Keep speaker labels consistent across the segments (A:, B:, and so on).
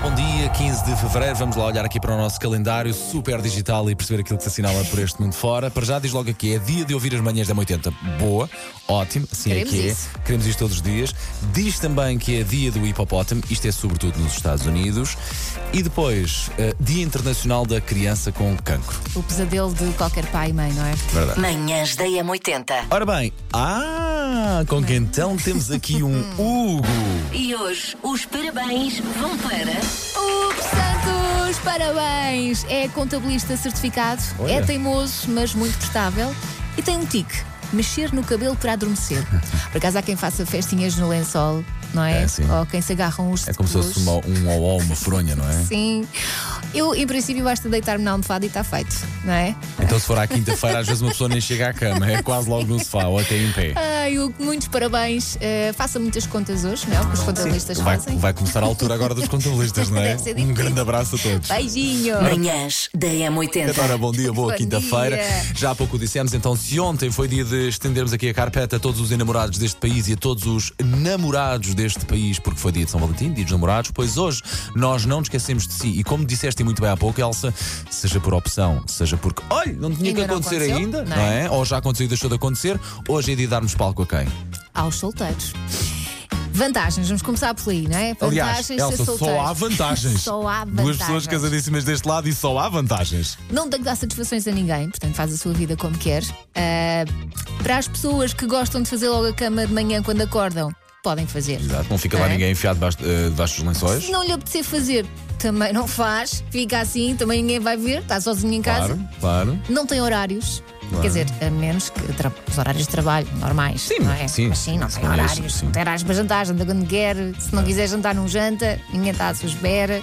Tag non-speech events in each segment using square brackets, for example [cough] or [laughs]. A: Bom dia, 15 de fevereiro. Vamos lá olhar aqui para o nosso calendário super digital e perceber aquilo que se assinala por este mundo fora. Para já, diz logo aqui: é dia de ouvir as manhãs da 80. Boa, ótimo, assim
B: Queremos
A: é que
B: isso.
A: é. Queremos isto todos os dias. Diz também que é dia do hipopótamo, isto é sobretudo nos Estados Unidos. E depois, eh, Dia Internacional da Criança com Cancro.
B: O pesadelo de qualquer pai e mãe, não é?
A: Verdade.
C: Manhãs da M80.
A: Ora bem, ah, com que então temos aqui
B: [laughs]
A: um Hugo.
C: E hoje os parabéns vão para.
B: Hugo Santos, parabéns! É contabilista certificado,
A: Olha.
B: é teimoso, mas muito prestável e tem um tique. Mexer no cabelo
A: [laughs]
B: para adormecer. Por acaso há quem faça festinhas no lençol, não é?
A: É, sim.
B: Ou quem se agarram os
A: É como se fosse uma- um ou uma fronha, não é?
B: Sim. Eu, em princípio, basta deitar-me na almofada e está feito, não é?
A: Então, se for à quinta-feira, às vezes uma pessoa nem chega à cama, é quase logo no sofá ou até em pé.
B: Ai, Hugo, muitos parabéns. Eh, faça muitas contas hoje, não é? O que Os contabilistas
A: Vai,
B: fazem.
A: vai começar a altura agora dos contabilistas, não é?
B: Deve ser
A: Um
B: difícil.
A: grande abraço a todos.
B: Beijinho!
C: Manhãs da M80.
A: Ora, bom dia, boa
B: Bom
A: quinta-feira.
B: dia.
A: Já há pouco dissemos então se ontem foi dia de estendermos aqui a carpeta a todos os enamorados deste país e a todos os namorados deste país, porque foi dia de São Valentim, dia dos namorados, pois hoje nós não nos esquecemos de si. E como disseste muito bem há pouco, Elsa, seja por opção, seja porque, olha, não tinha
B: Ainda
A: que
B: não
A: acontecer
B: aconteceu,
A: ainda,
B: não
A: não
B: é?
A: é? Ou já aconteceu e deixou de acontecer, hoje é dia de darmos palco a quem?
B: aos solteiros. Vantagens, vamos começar por aí, não é? Vantagens
A: Aliás, Elsa,
B: ser solteiro.
A: só há vantagens.
B: [laughs] Só há
A: Duas pessoas
B: vantagens.
A: casadíssimas deste lado e só há vantagens.
B: Não tem que dar satisfações a ninguém, portanto faz a sua vida como quer. Ah, para as pessoas que gostam de fazer logo a cama de manhã quando acordam, podem fazer.
A: Exato, não fica lá
B: É.
A: ninguém enfiado debaixo, eh, debaixo dos lençóis.
B: Se não lhe apetecer fazer, também não faz, fica assim, também ninguém vai ver, está sozinho em casa.
A: Claro, claro.
B: Não tem horários.
A: Claro.
B: Quer dizer, a menos que tra- os horários de trabalho normais.
A: é? Sim,
B: não é?
A: sim.
B: Mas sim, não
A: Sim,
B: tem horários.
A: sim. É.
B: Não tem horários para jantar, janta quando quer. Se não quiser jantar, não janta. Ninguém está à sua espera.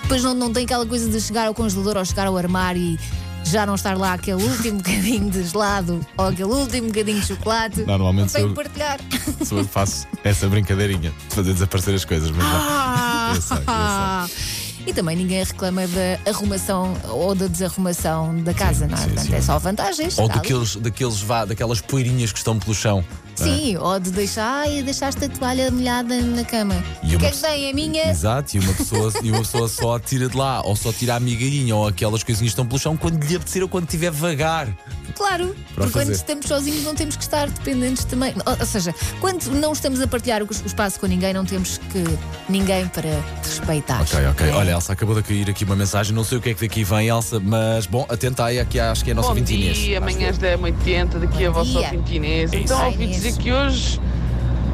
B: Depois não, não tem aquela coisa de chegar ao congelador ou chegar ao armário e já não estar lá aquele último [laughs] bocadinho de gelado ou aquele último bocadinho de chocolate.
A: Normalmente
B: Não tem
A: sou-
B: que partilhar.
A: Sou
B: [laughs]
A: eu que faço essa brincadeirinha de fazer desaparecer as coisas,
B: Ah,
A: mas já. [laughs] Eu sei, eu sei.
B: E também ninguém reclama da arrumação ou da desarrumação da casa, não é?
A: sim,
B: Portanto,
A: sim.
B: é só vantagens.
A: Ou
B: está ali.
A: daqueles, daqueles vá, daquelas poeirinhas que estão pelo chão. não é?
B: Sim, ou de deixar, ai, deixaste a toalha molhada na cama.
A: E
B: O que
A: uma
B: é que tem? A minha?
A: Exato, e uma, pessoa, e uma pessoa só a tira de lá, ou só tira a migalhinha, ou aquelas coisinhas que estão pelo chão quando lhe apetecer ou quando estiver vagar.
B: Claro, porque
A: fazer.
B: quando estamos sozinhos não temos que estar dependentes também. Ou, ou seja, quando não estamos a partilhar o, o espaço com ninguém, não temos que ninguém para respeitar.
A: Ok, ok.
B: É.
A: Olha, Elsa, acabou de cair aqui uma mensagem. Não sei o que é que daqui vem, Elsa, mas bom, atenta aí, aqui acho que é a nossa
D: Bom
A: vintinha.
D: dia, manhãs da M80, daqui
B: Bom
D: a vossa
B: dia.
D: ouvinte Inês.
A: É
D: Então
B: isso.
D: ouvi
B: Ai, Inês.
D: dizer que hoje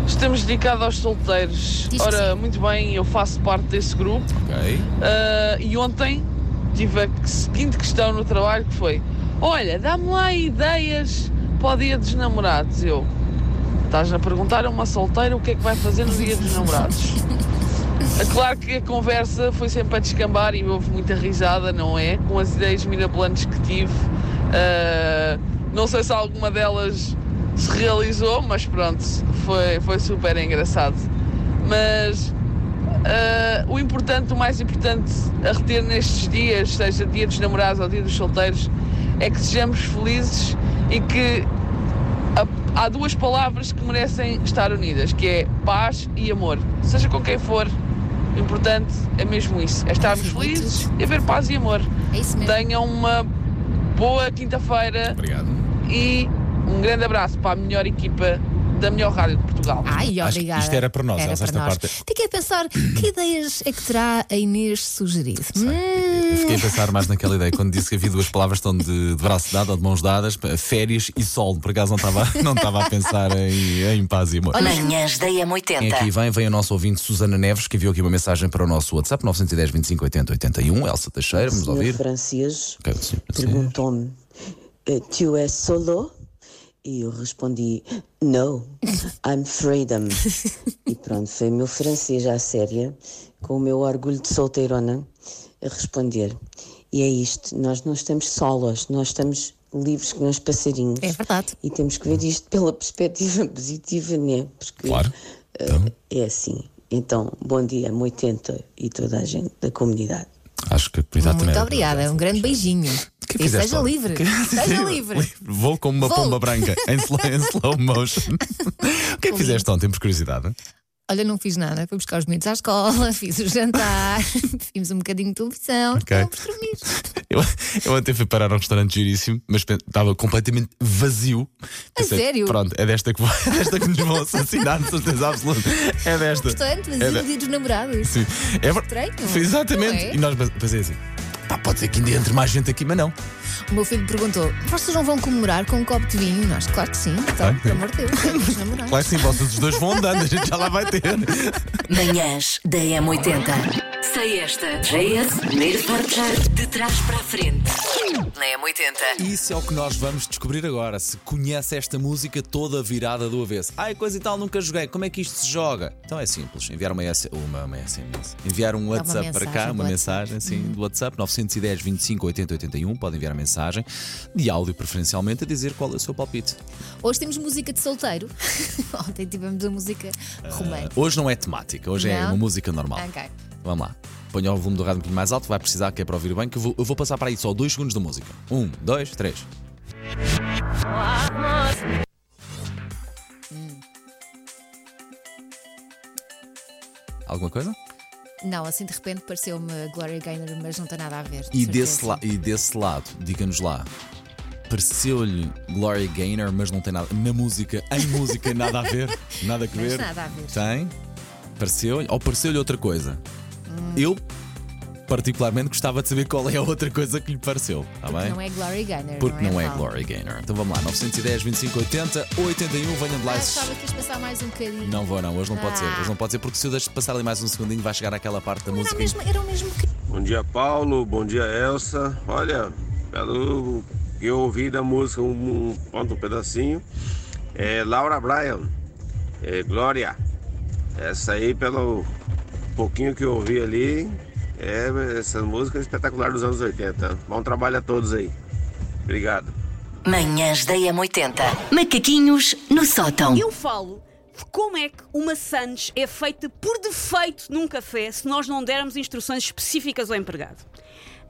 D: estamos dedicados aos solteiros.
B: Diz que
D: Ora,
B: sim.
D: muito bem, eu faço parte desse grupo
A: Ok.
D: ah, e ontem tive a seguinte questão no trabalho que foi Olha, dá-me lá ideias para o dia dos namorados. Eu, estás-me a perguntar a uma solteira o que é que vai fazer no dia dos namorados. É Claro que a conversa foi sempre a descambar e houve muita risada, não é? Com as ideias mirabolantes que tive. Ah, não sei se alguma delas se realizou, mas pronto, foi, foi super engraçado. Mas ah, o importante, o mais importante a reter nestes dias, seja dia dos namorados ou dia dos solteiros, é que sejamos felizes e que há- há duas palavras que merecem estar unidas, que é paz e amor. Seja com quem for, o importante é mesmo isso, é estarmos felizes e haver paz e amor.
B: É isso mesmo.
D: Tenham uma boa quinta-feira
A: Obrigado.
D: e um grande abraço para a melhor equipa da melhor rádio de Portugal.
B: Ai,
A: Acho que
B: obrigada.
A: isto era para nós,
B: Era
A: Elsa, esta
B: para nós.
A: parte.
B: Fiquei a pensar que ideias é que terá a Inês sugerido. Hum,
A: Eu Fiquei a pensar mais naquela ideia quando disse que havia duas palavras que estão de, de braço dado ou de mãos dadas, p- férias e sol. Por acaso não estava, [laughs] não estava a pensar em, em paz e amor.
C: Manhãs da
A: Quem aqui
C: M80.
A: vem, vem o nosso ouvinte Susana Neves, que enviou aqui uma mensagem para o nosso WhatsApp 910 25 80 81. Elsa Teixeira, vamos
E: senhor
A: ouvir.
E: francês
A: Ok, sim, sim.
E: perguntou-me: "Eh, Tu és solo? E eu respondi: No,
A: [laughs]
E: I'm freedom. e pronto, foi o meu francês à séria, com o meu orgulho de solteirona, a responder. E é isto: nós não estamos solos, nós estamos livres como os passarinhos.
B: É verdade.
E: E temos que ver isto pela perspectiva [laughs] positiva, né? Porque
A: Claro.
E: eh, é assim. Então, bom dia, 80 e toda a gente da comunidade.
A: Acho que a comunidade também.
B: Muito
A: era-
B: obrigada, um grande beijinho.
A: Que
B: E
A: fizeste
B: seja
A: logo?
B: livre. Seja livre.
A: Vou como uma
B: Vou.
A: pomba branca em slow, em slow
B: [laughs]
A: motion. o que é que fizeste ontem, por curiosidade?
B: Olha, não fiz nada. Fui buscar os miúdos à escola, [laughs] fiz
A: [laughs]
B: o jantar, vimos um bocadinho de televisão.
A: Ok.
B: Vamos dormir.
A: Eu, eu ontem fui parar a um restaurante giríssimo, mas pe- estava completamente vazio.
B: sério?
A: Pronto, é desta que, vou- é desta que nos vão assassinar, de certeza absoluta. É desta.
B: Portanto, mas
A: É
B: e
A: da-
B: o dia dos namorados?
A: Sim. É ver-
B: Estranho,
A: Foi exatamente.
B: não é?
A: E nós pe- pensei assim: pá, pode ser que ainda entre mais gente aqui, mas não.
B: O meu filho perguntou: vocês não vão comemorar com um copo de vinho? Nós, claro que sim, então, pelo amor de Deus, é dia dos namorados.
A: Claro que sim, vocês os dois vão andando, a gente já lá vai ter. né?
C: Manhãs da M80. Sei esta. JS, primeiro forjar de trás para a frente. Na M80.
A: Isso é o que nós vamos descobrir agora. Se conhece esta música toda virada do avesso. Ai, coisa e tal, nunca joguei. Como é que isto se joga? Então é simples: enviar uma, S- uma, uma SMS. Enviar um WhatsApp para
B: É mensagem
A: cá,
B: do
A: uma
B: WhatsApp. Uhum.
A: mensagem assim, do WhatsApp, 910 25 80 81. Pode enviar a mensagem de áudio, preferencialmente, a dizer qual é o seu palpite.
B: Hoje temos música de solteiro. [laughs] Ontem tivemos a música romântica.
A: Hoje não é temática, hoje é
B: Não?
A: uma música normal.
B: Ok.
A: Vamos lá. Ponha o volume do rádio um bocadinho mais alto, vai precisar, que é para ouvir bem, que eu vou, eu vou passar para aí só dois segundos da música. Um, dois, três. Alguma coisa?
B: Não, assim de repente pareceu-me Gloria Gaynor, mas não tem nada a ver. de
A: E
B: certeza.
A: desse, la- e desse lado, diga-nos lá, pareceu-lhe Gloria Gaynor, mas não tem nada. Na música, em música, nada a
B: [laughs]
A: ver. Nada a
B: Mas
A: ver.
B: nada a ver.
A: Tem? Pareceu-lhe? Ou pareceu-lhe outra coisa?
B: Hum.
A: Eu, particularmente, gostava de saber qual é a outra coisa que lhe pareceu. Está
B: Porque
A: bem?
B: não é Gloria Gaynor.
A: Porque
B: não
A: não
B: é,
A: é
B: Paulo?
A: Glory Gaynor. Então vamos lá, 910, 25, 80, 81, venham de lá.
B: Ah,
A: esses-
B: estava aqui a passar mais um bocadinho.
A: Não vou, não, hoje não pode ser.
B: Ah.
A: Hoje não pode ser, porque se eu deixo de passar ali mais um segundinho, vai chegar àquela parte da
B: Era,
A: música.
B: o
A: em-
B: mesmo, era o mesmo que.
F: Bom dia, Paulo. Bom dia, Elsa. Olha, pelo que eu ouvi da música, um, um ponto, um pedacinho, é Laura Bryan, é Glória. Essa aí, pelo pouquinho que eu ouvi ali, é essa música espetacular dos anos 80. Bom trabalho a todos aí. Obrigado.
C: Manhãs da M80. Macaquinhos no sótão.
G: Eu falo de como é que uma Sandes é feita por defeito num café se nós não dermos instruções específicas ao empregado.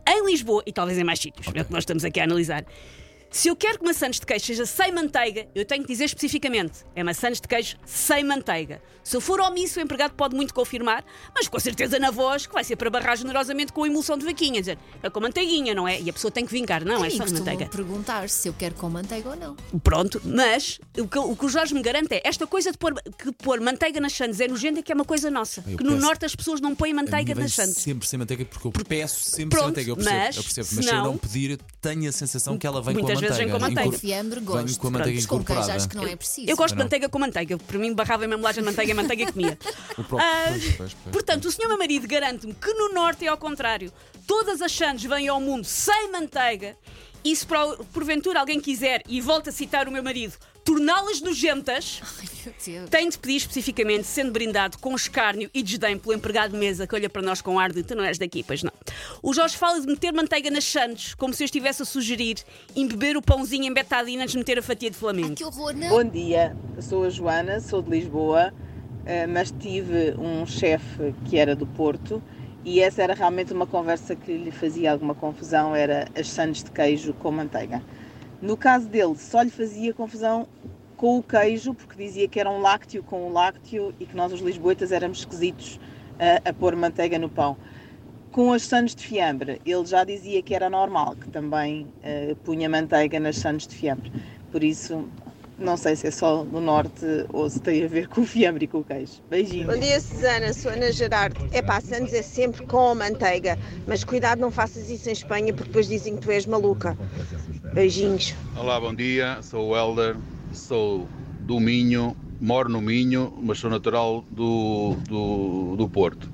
G: Em Lisboa, e talvez em mais sítios, é o que nós estamos aqui a analisar, se eu quero que uma Sandes de queijo seja sem manteiga, eu tenho que dizer especificamente, é uma Sandes de queijo sem manteiga. Se eu for omisso, o empregado pode muito confirmar, mas com certeza na voz, que vai ser para barrar generosamente com a emulsão de vaquinha, dizer, é com manteiguinha, não é? E a pessoa tem que vingar, não, é
B: e
G: só de
B: costumam
G: manteiga.
B: perguntar se eu quero com manteiga ou não.
G: Pronto, mas o que, o que o Jorge me garante é esta coisa de pôr, que pôr manteiga nas sandes é nojenta que é uma coisa nossa.
A: Eu
G: que no
A: peço-
G: norte as pessoas não põem
A: A minha
G: manteiga
A: vem
G: nas sandes.
A: sempre sem manteiga, porque eu peço sempre sem
G: Pronto,
A: manteiga. Eu percebo,
G: mas,
A: eu percebo.
G: se
A: Mas se eu não
G: não-
A: pedir, eu tenho a sensação que ela vem
G: Muitas
A: com a
G: vezes vem
A: manteiga.
G: com manteiga.
A: Incorpor-
B: Com fiambre,
A: Venho
B: é gosto.
A: com a manteiga
B: Mas com queijo
A: incorporada.
B: acho que não é preciso. [laughs]
G: Eu gosto de
A: não.
G: manteiga com manteiga. Para mim, barrava mesmo laja de manteiga, manteiga e comia.
A: [laughs] O próprio-
G: Ah,
A: pois, pois, pois, pois.
G: portanto, o senhor meu marido garante-me que no Norte é ao contrário. Todas as chances vêm ao mundo sem manteiga e se por- porventura alguém quiser, e volto a citar o meu marido, torná-las nojentas,
B: Meu Deus.
G: tem de pedir especificamente, sendo brindado com escárnio e desdém pelo empregado de mesa que olha para nós com ar de tu não és daqui, pois não. O Jorge fala de meter manteiga nas chantes, como se eu estivesse a sugerir embeber o pãozinho em betadina antes de meter a fatia de flamingo.
B: Que horror, não.
H: Bom dia, eu sou a Joana, sou de Lisboa, eh, mas tive um chefe que era do Porto e essa era realmente uma conversa que lhe fazia alguma confusão, era as sandes de queijo com manteiga. No caso dele, só lhe fazia confusão com o queijo, porque dizia que era um lácteo com um lácteo e que nós os lisboetas éramos esquisitos eh, a pôr manteiga no pão. Com as sandes de fiambre, ele já dizia que era normal, que também eh, punha manteiga nas sandes de fiambre. Por isso, não sei se é só no norte ou se tem a ver com o fiambre e com o queijo. Beijinhos.
I: Bom dia, Susana. Sou Ana Gerardo. É pá, Santos é sempre com manteiga. Mas cuidado, não faças isso em Espanha, porque depois dizem que tu és maluca. Beijinhos.
J: Olá, bom dia. Sou o Helder, sou do Minho, moro no Minho, mas sou natural do, do, do Porto.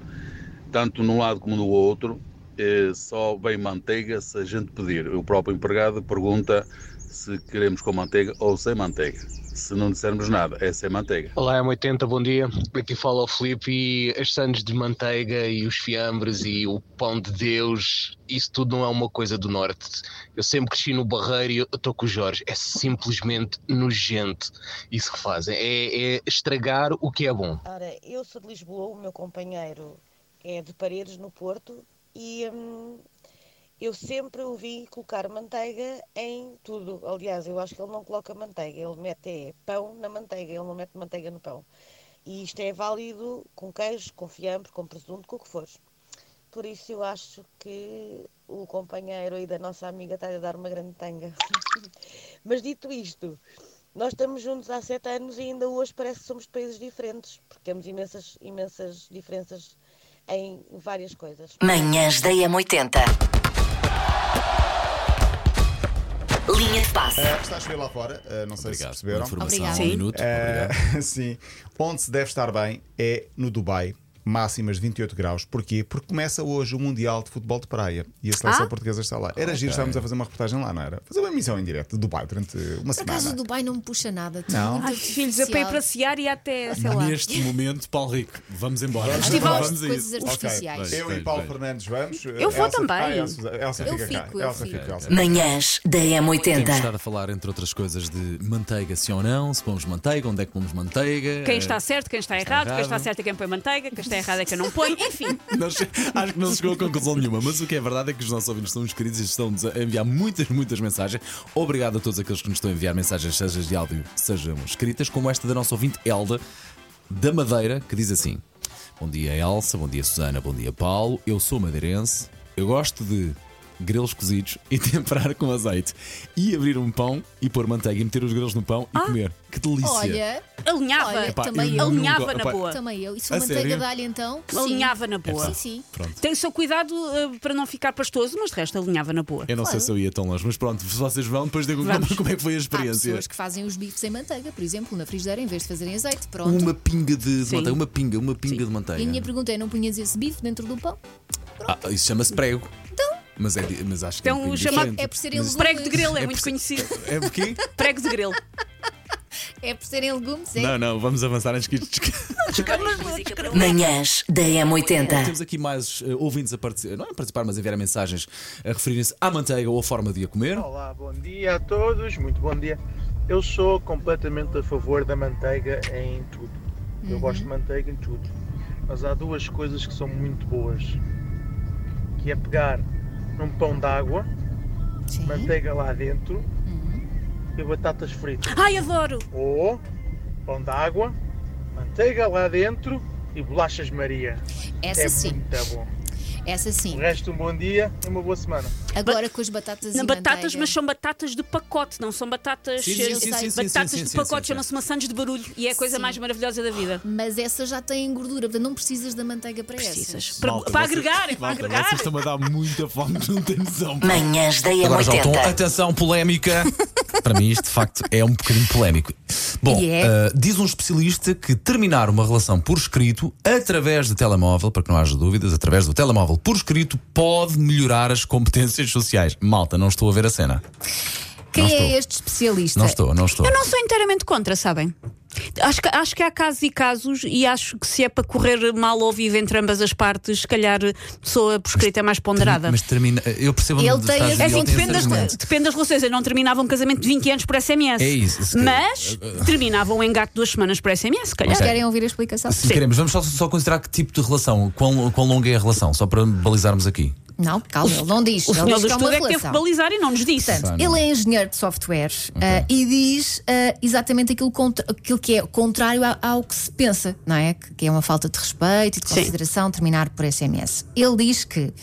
J: Tanto num lado como no outro, eh, só vem manteiga se a gente pedir. O próprio empregado pergunta se queremos com manteiga ou sem manteiga. Se não dissermos nada, é sem manteiga.
K: Olá, M80, bom dia. Aqui fala o Filipe e as sandes de manteiga e os fiambres e o pão de Deus, isso tudo não é uma coisa do Norte. Eu sempre cresci no Barreiro e eu estou com o Jorge. É simplesmente nojento isso que fazem. É, é estragar o que é bom.
I: Ora, eu sou de Lisboa, o meu companheiro é de Paredes, no Porto, e hum,
L: eu sempre o vi colocar manteiga em tudo. Aliás, eu acho que ele não coloca manteiga, ele mete é pão na manteiga, ele não mete manteiga no pão. E isto é válido com queijo, com fiambre, com presunto, com o que for. Por isso eu acho que o companheiro aí da nossa amiga está a dar uma grande tanga. [laughs] Mas dito isto, nós estamos juntos há sete anos e ainda hoje parece que somos de países diferentes, porque temos imensas, imensas diferenças em várias coisas.
C: Manhãs da M80. Linha de passe.
M: Eh, está a chover lá fora, eh, não sei se perceberam.
A: Uma informação Obrigada. em um minuto.
M: Eh, sim. Onde se deve estar bem é no Dubai. Máximas de 28 graus. Porquê? Porque começa hoje o Mundial de Futebol de Praia e a seleção
B: Ah?
M: portuguesa está lá. Era giro, estávamos a fazer uma reportagem lá, não era? Fazer uma emissão em direto de Dubai durante uma
B: Por acaso o
M: semana.
B: Dubai não me puxa nada. tudo
M: Não?
B: muito
G: Ai, filhos, eu para ir
B: artificial.
G: passear e até, sei lá.
A: Neste momento, Paulo Rico, vamos embora.
M: Vamos
B: [laughs] Festival
M: embora.
B: de coisas artificiais.
M: Eu e Paulo Fernandes vamos.
G: Eu vou também.
M: Ah, Elsa, Elsa
B: Eu
M: fica cá.
B: fico, eu
M: Elsa
B: fico.
M: fica, Elsa.
C: Manhãs da
A: Temos de
C: M80.
A: estar a falar, entre outras coisas, de manteiga, se ou não, se pomos manteiga, onde é que pomos manteiga.
G: Quem
A: eh,
G: está certo, quem está errado, quem
A: errado.
G: está certo é quem põe manteiga, quem está errado é quem não põe, enfim.
A: Nós- acho que não se chegou a conclusão nenhuma, mas o que é verdade é que os nossos ouvintes são uns queridos e estão-nos a enviar muitas, muitas mensagens. Obrigado a todos aqueles que nos estão a enviar mensagens, seja de áudio, sejam escritas, como esta da nossa ouvinte Elda, da Madeira, que diz assim: Bom dia, Elsa, bom dia, Susana, bom dia, Paulo. Eu sou madeirense, eu gosto de grelos cozidos e [laughs] temperar com azeite. E abrir um pão e pôr manteiga e meter os grelos no pão
G: Ah,
A: e comer. Que delícia!
B: Olha,
G: Alinhava,
B: Olha,
A: Epá,
B: também
A: eu
B: eu.
A: nunca-
G: alinhava na
A: Epá,
G: boa.
B: Também eu. E se
A: A
B: manteiga
A: sério?
B: de alho então? Sim.
G: Alinhava na boa.
A: Epá,
B: Sim, sim.
A: Pronto.
G: Tem o seu cuidado eh, para não ficar pastoso, mas de resto alinhava na boa.
A: Eu não sei
B: Claro.
A: se eu ia tão longe, mas pronto, se vocês vão, depois digam
G: Vamos.
A: como é que foi a
B: Há
A: experiência.
B: pessoas que fazem os bifes em manteiga, por exemplo, na frigideira, em vez de fazerem azeite. Pronto.
A: Uma pinga de, de manteiga, uma pinga, uma pinga de manteiga.
B: E a minha pergunta é: não punhas esse bife dentro do pão?
A: Ah, isso chama-se prego. Então. Mas, é, di- mas acho que
G: Então,
A: é um
G: chama-
A: chamado
B: É por serem
A: Mas-
B: legumes.
G: Prego de grelo é,
A: É
G: muito
A: por-
G: conhecido.
A: É o quê?
G: Prego de [laughs] grelo.
B: É por serem legumes, é?
A: Não, não, vamos avançar antes que isto.
C: Manhãs da M80.
A: [laughs] Temos aqui mais eh, ouvintes a participar, não é a participar, mas a enviar mensagens a referirem-se à manteiga ou à forma de a comer.
N: Olá, bom dia a todos, muito bom dia. Eu sou completamente a favor da manteiga em tudo.
B: Uhum.
N: Eu gosto de manteiga em tudo. Mas há duas coisas que são muito boas. Que é pegar num pão d'água,
B: Sim.
N: manteiga lá dentro
B: Uhum.
N: e batatas fritas.
G: Ai, adoro!
N: Ou pão d'água, manteiga lá dentro e bolachas Maria.
B: Essa
N: é
B: sim.
N: muito bom.
B: Essa
N: O
B: sim.
N: resto, um bom dia e uma boa semana.
B: Agora com as batatas
G: Na
B: e
G: batatas,
B: manteiga.
G: mas são batatas de pacote, não são batatas. eh,
A: Sim, sim, sim, sim, sim,
G: batatas
A: sim, sim,
G: de
A: sim,
G: pacote
A: sim.
G: chamam-se maçãs de barulho e é a coisa
B: Sim.
G: mais maravilhosa da vida.
B: Mas essas já têm gordura, portanto não precisas da manteiga para
G: Precisas.
B: essas.
G: Para,
A: Malta,
G: para
A: vocês-
G: agregar, é para
A: Malta,
G: agregar.
A: Vocês estão a dar muita fome, [laughs] não tem noção.
C: Manhãs da
A: Agora já o tom.
C: M80.
A: Atenção, polémica. [laughs] Para mim, isto de facto é um bocadinho polémico. Bom,
B: E é.
A: ah, diz um especialista que terminar uma relação por escrito, através do telemóvel, para que não haja dúvidas, através do telemóvel por escrito, pode melhorar as competências sociais. Malta, não estou a ver a cena.
B: Quem
A: Não
B: é
A: estou.
B: este especialista?
A: Não estou, não estou.
G: Eu não sou inteiramente contra, sabem? Acho que, acho que há casos e casos, e acho que se é para correr mal ou vivo entre ambas as partes, se calhar pessoa por escrito é mais ponderada.
A: Mas termina. Eu percebo
B: Ele
A: onde
B: tem
A: estás
B: esse-
A: a
G: é
A: dizer, ele
G: assim,
A: tem
G: depende
A: esse
G: das,
A: argumento.
G: depende das relações. Eu não terminava um casamento de 20 anos por SMS.
A: É isso, se calhar-
G: Mas terminava um engate de duas semanas por SMS, se calhar.
B: Mas querem ouvir a explicação?
A: Se queremos, vamos só, só considerar que tipo de relação, quão, quão longa é a relação, só para balizarmos aqui.
B: Não, calma, ele não diz.
G: O
B: ele
G: senhor
B: diz
G: do
B: que é uma
G: estudo é que teve que
B: relação.
G: balizar e não nos disse.
A: Ah,
B: Portanto,
A: não.
B: ele é engenheiro de software ah, e diz ah, exatamente aquilo, contra- aquilo que é contrário a- ao que se pensa, não é? Que, que é uma falta de respeito e de
G: Sim.
B: consideração terminar por SMS. Ele diz que,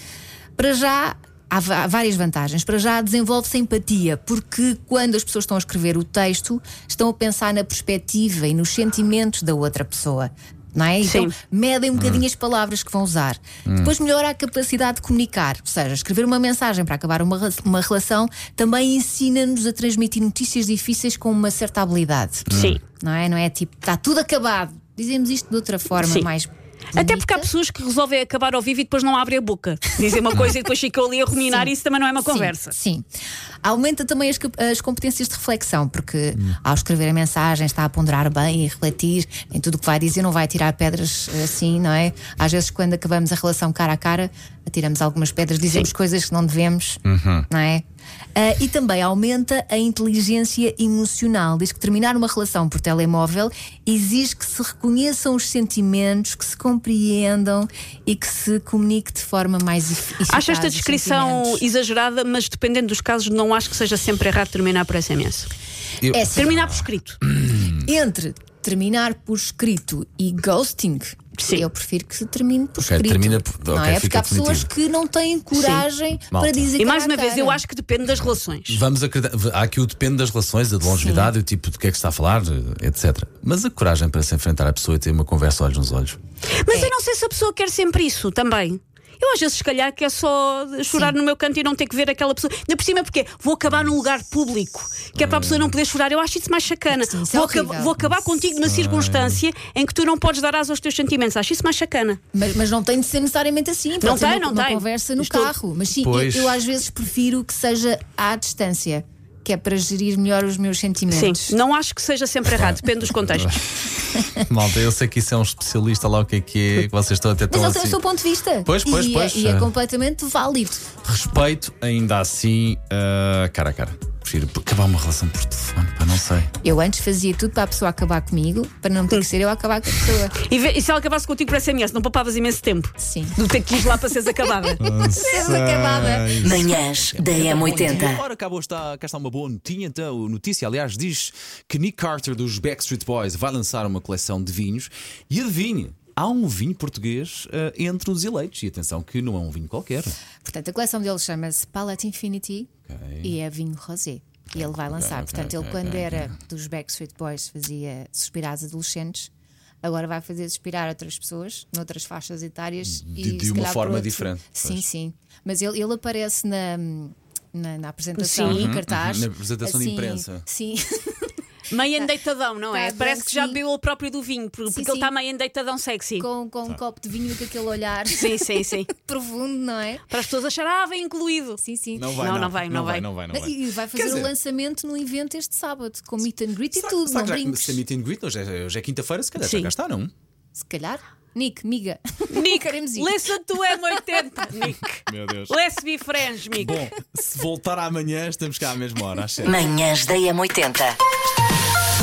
B: para já. Há va- várias vantagens. Para já, desenvolve-se empatia, porque quando as pessoas estão a escrever o texto, estão a pensar na perspectiva e nos sentimentos da outra pessoa. Não é? Então,
G: Sim.
B: medem um bocadinho as palavras que vão usar. Depois melhora a capacidade de comunicar, ou seja, escrever uma mensagem para acabar uma, re- uma relação também ensina-nos a transmitir notícias difíceis com uma certa habilidade.
G: Sim.
B: Não é? Não é tipo, está tudo acabado. Dizemos isto de outra forma,
G: Sim.
B: mais.
G: Até
B: bonita.
G: porque há pessoas que resolvem acabar ao vivo e depois não abrem a boca. Dizem uma coisa e depois ficam ali a ruminar e isso também não é uma
B: Sim,
G: conversa.
B: Sim. Aumenta também as, cap- as competências de reflexão, porque ao escrever a mensagem está a ponderar bem e refletir em tudo o que vai dizer, não vai tirar pedras eh, assim, não é? Às vezes, quando acabamos a relação cara a cara, atiramos algumas pedras, dizemos coisas que não devemos, não é? Ah, e também aumenta a inteligência emocional. Diz que terminar uma relação por telemóvel exige que se reconheçam os sentimentos, que se compreendam e que se comunique de forma mais efe- eficaz.
G: Acho esta
B: os
G: descrição
B: sentimentos.
G: exagerada, mas dependendo dos casos, não acho que seja sempre errado terminar por SMS.
A: Eu-
B: É sim.
G: Terminar por escrito.
B: Entre terminar por escrito e ghosting, eu prefiro que se termine por
A: Ok,
B: escrito.
A: termina por-
B: não
A: ok,
B: é? Porque
A: fica
B: há pessoas
A: definitivo.
B: que não têm coragem para
A: Malta.
B: dizer
G: E mais
B: cara
G: uma
B: a
G: vez,
B: cara.
G: eu acho que depende das relações.
A: Vamos acreditar. Há aqui o depende das relações, a de longevidade, o tipo do que é que está a falar, etc. Mas a coragem para se enfrentar à pessoa e ter uma conversa olhos nos olhos.
B: É.
G: Mas eu não sei se a pessoa quer sempre isso também. Eu às vezes, se calhar, quer só chorar no meu canto e não ter que ver aquela pessoa. Ainda por cima, porque vou acabar num lugar público, que é para a pessoa não poder chorar. Eu acho isso mais chacana.
B: Ah. isso é
G: vou, acab-
B: horrível.
G: vou acabar contigo numa circunstância em que tu não podes dar asa aos teus sentimentos. Acho isso mais chacana.
B: Mas, mas não tem de ser necessariamente assim. Pode
G: Não
B: ser
G: tem,
B: uma,
G: não
B: uma
G: tem.
B: conversa no
G: Estou-
B: carro. Mas sim, eu,
A: Pois.
B: eu às vezes prefiro que seja à distância, que é para gerir melhor os meus sentimentos.
G: Sim, não acho que seja sempre errado, depende dos contextos.
B: [laughs]
A: Malta, eu sei que isso é um especialista lá, o que é que é, que vocês estão até
B: Mas
A: tão
B: ele tem o
A: assim.
B: seu ponto de vista.
A: Pois, pois,
B: e, é-
A: pois.
B: E é completamente válido.
A: Respeito, ainda assim, ah, cara a cara. Prefiro acabar uma relação por telefone, pá, não sei.
B: Eu antes fazia tudo para a pessoa acabar comigo, para não
G: Hum.
B: ter que ser eu a acabar com a
A: [laughs]
B: pessoa.
G: E, vê- e se ela acabasse contigo por SMS, não poupavas imenso tempo
B: Sim.
G: do ter que ir lá para
B: [laughs]
G: seres acabada.
B: acabada.
C: Manhãs da M80.
A: Ora, cá, boa está, cá está uma boa notinha, então. Notícia, aliás, diz que Nick Carter dos Backstreet Boys vai lançar uma coleção de vinhos e adivinhe, há um vinho português ah, entre os eleitos. E atenção, que não é um vinho qualquer.
B: Portanto, a coleção dele chama-se Palette Infinity e é vinho rosé. E ele vai lançar.
A: ok,
B: Portanto, ele
A: ok,
B: quando
A: ok,
B: era dos Backstreet Boys fazia suspirar as adolescentes, agora vai fazer suspirar outras pessoas, noutras faixas etárias. e,
A: de
B: se
A: uma
B: calhar, por
A: forma
B: outro-
A: diferente,
B: Sim,
A: pois.
B: sim. Mas ele, ele aparece na, na, na apresentação,
G: Sim.
B: no cartaz. Assim,
A: Uhum, na apresentação de imprensa.
B: Sim.
G: Meio endeitadão, não é?
B: Tá,
G: Parece
B: bem,
G: que já
B: sim.
G: bebeu o próprio do vinho, por- porque
B: Sim,
G: ele está
B: sim.
G: meio endeitadão sexy.
B: com, com
A: Tá.
B: um copo de vinho com aquele olhar
G: Sim, sim, sim.
B: profundo, não é?
G: Para as pessoas acharem, ah, vem incluído.
B: Sim, sim.
A: Não vai,
G: Não,
A: não,
G: não vai, não vai.
A: não vai. Não vai.
B: E vai fazer
A: Quer
B: o
A: dizer-
B: lançamento no evento este sábado, com meet and greet
A: Será-
B: e tudo,
A: será
B: não
A: que já-
B: brinques.
A: Se é meet and greet, hoje é, hoje é quinta-feira, se calhar
G: Sim.
A: já cá está, não?
B: Se calhar. Nick, miga. [laughs]
G: Nick,
B: queremos ir.
G: Listen to M80, é Nick.
A: Meu
G: [laughs]
A: Deus.
G: Let's be friends, Nick.
A: Bom, se voltar amanhã, estamos cá à mesma hora, às sete.
C: Manhãs da M80.